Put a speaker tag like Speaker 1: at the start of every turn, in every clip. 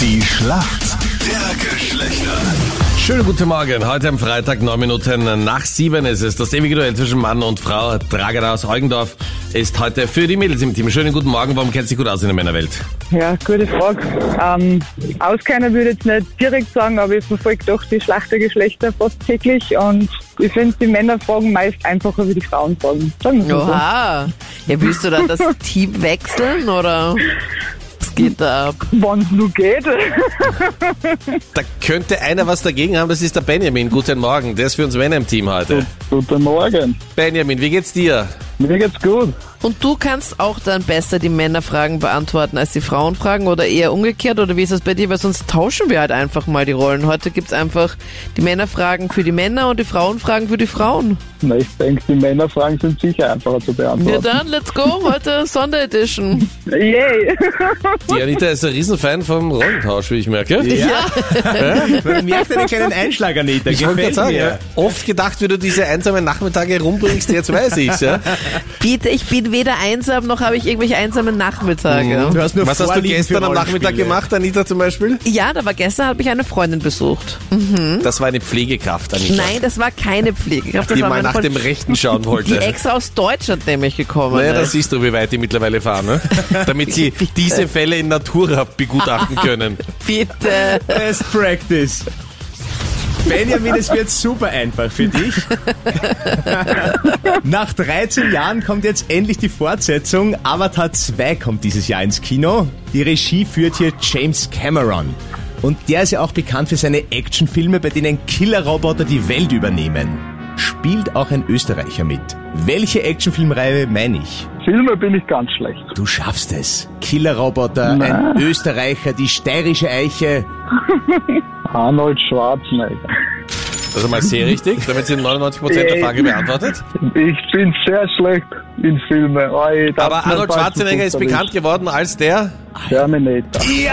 Speaker 1: Die Schlacht der Geschlechter.
Speaker 2: Schönen guten Morgen. Heute am Freitag, neun Minuten nach sieben ist es. Das ewige Duell zwischen Mann und Frau. Dragan aus Eugendorf ist heute für die Mädels im Team. Schönen guten Morgen. Warum kennt sich gut aus in der Männerwelt?
Speaker 3: Ja, gute Frage. Ähm, auskennen würde ich jetzt nicht direkt sagen, aber ich verfolge doch die Schlachtergeschlechter fast täglich und ich finde die Männerfragen meist einfacher wie die Frauenfragen. Sagen wir mal
Speaker 4: Oha. Ja, willst du dann das Team wechseln oder was geht da ab?
Speaker 3: so. Wann es nur geht.
Speaker 2: Da könnte einer was dagegen haben. Das ist der Benjamin. Guten Morgen. Der ist für uns Männer im Team heute.
Speaker 5: Guten Morgen.
Speaker 2: Benjamin, wie geht's dir?
Speaker 5: Mir geht's gut.
Speaker 4: Und du kannst auch dann besser die Männerfragen beantworten als die Frauenfragen oder eher umgekehrt oder wie ist das bei dir? Weil sonst tauschen wir halt einfach mal die Rollen. Heute gibt's einfach die Männerfragen für die Männer und die Frauenfragen für die Frauen.
Speaker 5: Na, ich denke, die Männerfragen sind sicher einfacher zu
Speaker 4: Ja
Speaker 5: beantworten.
Speaker 4: dann, let's go. Heute Sonderedition.
Speaker 3: Yay.
Speaker 2: Die Anita ist ein Riesenfan vom Rollentausch, wie ich merke.
Speaker 4: Ja.
Speaker 6: Man merkt einen kleinen Einschlag, Anita.
Speaker 2: Ich wollte gerade
Speaker 6: Gefällt
Speaker 2: sagen,
Speaker 6: mir.
Speaker 2: ja, oft gedacht, wie du diese einsamen Nachmittage rumbringst, jetzt weiß ich's. Ja.
Speaker 4: Bitte, ich bin weder einsam noch habe ich irgendwelche einsamen Nachmittage.
Speaker 6: Du hast nur
Speaker 2: Was hast du
Speaker 6: Vorlieben
Speaker 2: gestern
Speaker 6: für
Speaker 2: am Nachmittag
Speaker 6: Rollenspiele.
Speaker 2: gemacht, Anita zum Beispiel?
Speaker 4: Ja, da war gestern, hat mich eine Freundin besucht.
Speaker 6: Hm?
Speaker 2: Das war eine Pflegekraft, Anita.
Speaker 4: Nein, das war keine Pflegekraft. Das
Speaker 2: die
Speaker 4: war
Speaker 2: mal
Speaker 4: meine
Speaker 2: nach
Speaker 4: Freundin.
Speaker 2: dem Rechten schauen
Speaker 4: Die
Speaker 2: wollte.
Speaker 4: extra aus Deutschland nämlich gekommen
Speaker 2: Äh.
Speaker 4: ne?
Speaker 2: Naja, da
Speaker 4: ist.
Speaker 2: siehst du, wie weit die mittlerweile fahren, ne? damit sie diese Fälle in Natura begutachten können.
Speaker 4: Bitte.
Speaker 6: Best Practice. Benjamin, es wird super einfach für dich. Nach 13 Jahren kommt jetzt endlich die Fortsetzung. Avatar 2 kommt dieses Jahr ins Kino. Die Regie führt hier James Cameron. Und der ist ja auch bekannt für seine Actionfilme, bei denen Killerroboter die Welt übernehmen. Spielt auch ein Österreicher mit. Welche Actionfilmreihe meine ich?
Speaker 5: Filme bin ich ganz schlecht.
Speaker 6: Du schaffst es. Killerroboter, ein Österreicher, die steirische Eiche.
Speaker 5: Arnold Schwarzenegger.
Speaker 2: Das ist Also mal sehr richtig, damit sind 99% der Frage beantwortet.
Speaker 5: Ich bin sehr schlecht in Filme. Oh, ich darf
Speaker 2: Aber
Speaker 5: mir
Speaker 2: Arnold
Speaker 5: falschen
Speaker 2: Schwarzenegger ist
Speaker 5: Fuß
Speaker 2: bekannt geworden als der...
Speaker 5: erwischen. Terminator.
Speaker 2: Richtig.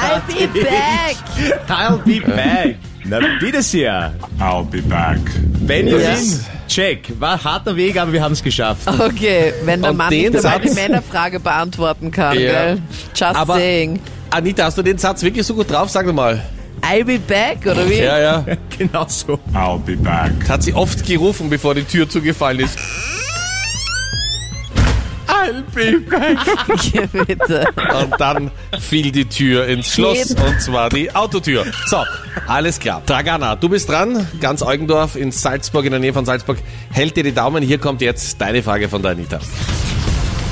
Speaker 4: I'll be back.
Speaker 6: I'll be back. Na bitte sehr.
Speaker 1: I'll be back.
Speaker 6: Benjamin,
Speaker 4: Yes.
Speaker 6: check. War harter Weg, aber wir haben es geschafft.
Speaker 4: Okay, wenn der
Speaker 2: Und
Speaker 4: Mann
Speaker 2: den
Speaker 4: nicht dabei die
Speaker 2: Satz-
Speaker 4: Männerfrage beantworten kann,
Speaker 2: Ja.
Speaker 4: gell? Just
Speaker 2: Aber-
Speaker 4: saying.
Speaker 2: Anita, hast du den Satz wirklich so gut drauf? Sag doch mal.
Speaker 4: I'll be back, oder wie?
Speaker 2: Ja, ja.
Speaker 6: Genau so.
Speaker 1: I'll be back.
Speaker 2: Das hat sie oft gerufen, bevor die Tür zugefallen ist. I'll be back.
Speaker 4: Ja, Bitte.
Speaker 2: Und dann fiel die Tür ins Schloss und zwar die Autotür. So, alles klar. Dragana, du bist dran. Ganz Eugendorf in Salzburg, in der Nähe von Salzburg. Hält dir die Daumen. Hier kommt jetzt deine Frage von der Anita.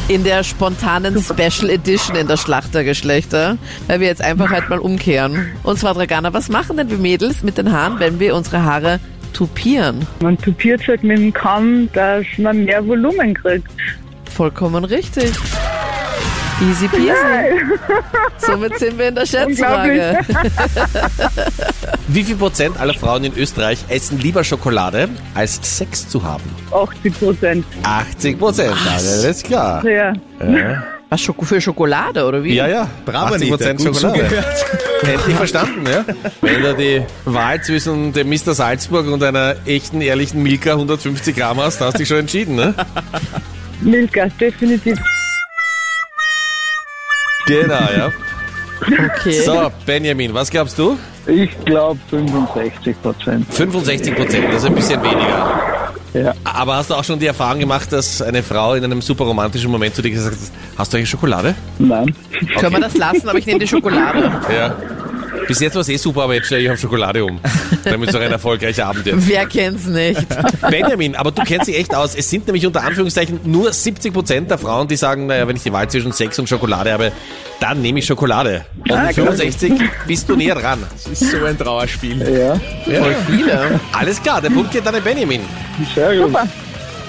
Speaker 4: In der spontanen Special Edition in der Schlachtergeschlechter, weil wir jetzt einfach halt mal umkehren. Und zwar, Dragana, was machen denn wir Mädels mit den Haaren, wenn wir unsere Haare tupieren?
Speaker 3: Man tupiert halt mit dem Kamm, dass man mehr Volumen kriegt.
Speaker 4: Vollkommen richtig. Easy peasy. Somit sind wir in der Schätzfrage.
Speaker 2: Wie viel Prozent aller Frauen in Österreich essen lieber Schokolade, als Sex zu haben?
Speaker 3: 80 Prozent.
Speaker 2: 80 Prozent. Alles klar.
Speaker 3: Ja.
Speaker 4: Was, Schoko für Schokolade, oder wie?
Speaker 2: Ja, ja.
Speaker 6: Bravo,
Speaker 2: 80
Speaker 6: Anita.
Speaker 2: Prozent
Speaker 6: Gut
Speaker 2: Schokolade.
Speaker 6: zugehört.
Speaker 2: Endlich verstanden, ja? Wenn du die Wahl zwischen dem Mr. Salzburg und einer echten, ehrlichen Milka 150 Gramm hast, hast du dich schon entschieden, ne?
Speaker 3: Milka, definitiv.
Speaker 2: Genau, ja.
Speaker 4: Okay.
Speaker 2: So, Benjamin, was glaubst du?
Speaker 5: Ich glaube 65 Prozent.
Speaker 2: 65 Prozent, das ist ein bisschen weniger.
Speaker 5: Ja.
Speaker 2: Aber hast du auch schon die Erfahrung gemacht, dass eine Frau in einem super romantischen Moment zu dir gesagt hat, hast du eigentlich Schokolade?
Speaker 5: Nein.
Speaker 4: Können wir das lassen, aber ich nehme die Schokolade.
Speaker 2: Ja. Bis jetzt war es eh super, aber jetzt stelle ich auf Schokolade um, damit es auch ein erfolgreicher Abend wird.
Speaker 4: Wer kennt's nicht?
Speaker 2: Benjamin, aber du kennst dich echt aus. Es sind nämlich unter Anführungszeichen nur 70 Prozent der Frauen, die sagen, naja, wenn ich die Wahl zwischen Sex und Schokolade habe, dann nehme ich Schokolade. Und mit 65 bist du näher dran.
Speaker 6: Das ist so ein Trauerspiel.
Speaker 5: Ja,
Speaker 2: Voll viele. Alles klar, der Punkt geht dann an den Benjamin.
Speaker 5: sehr gut.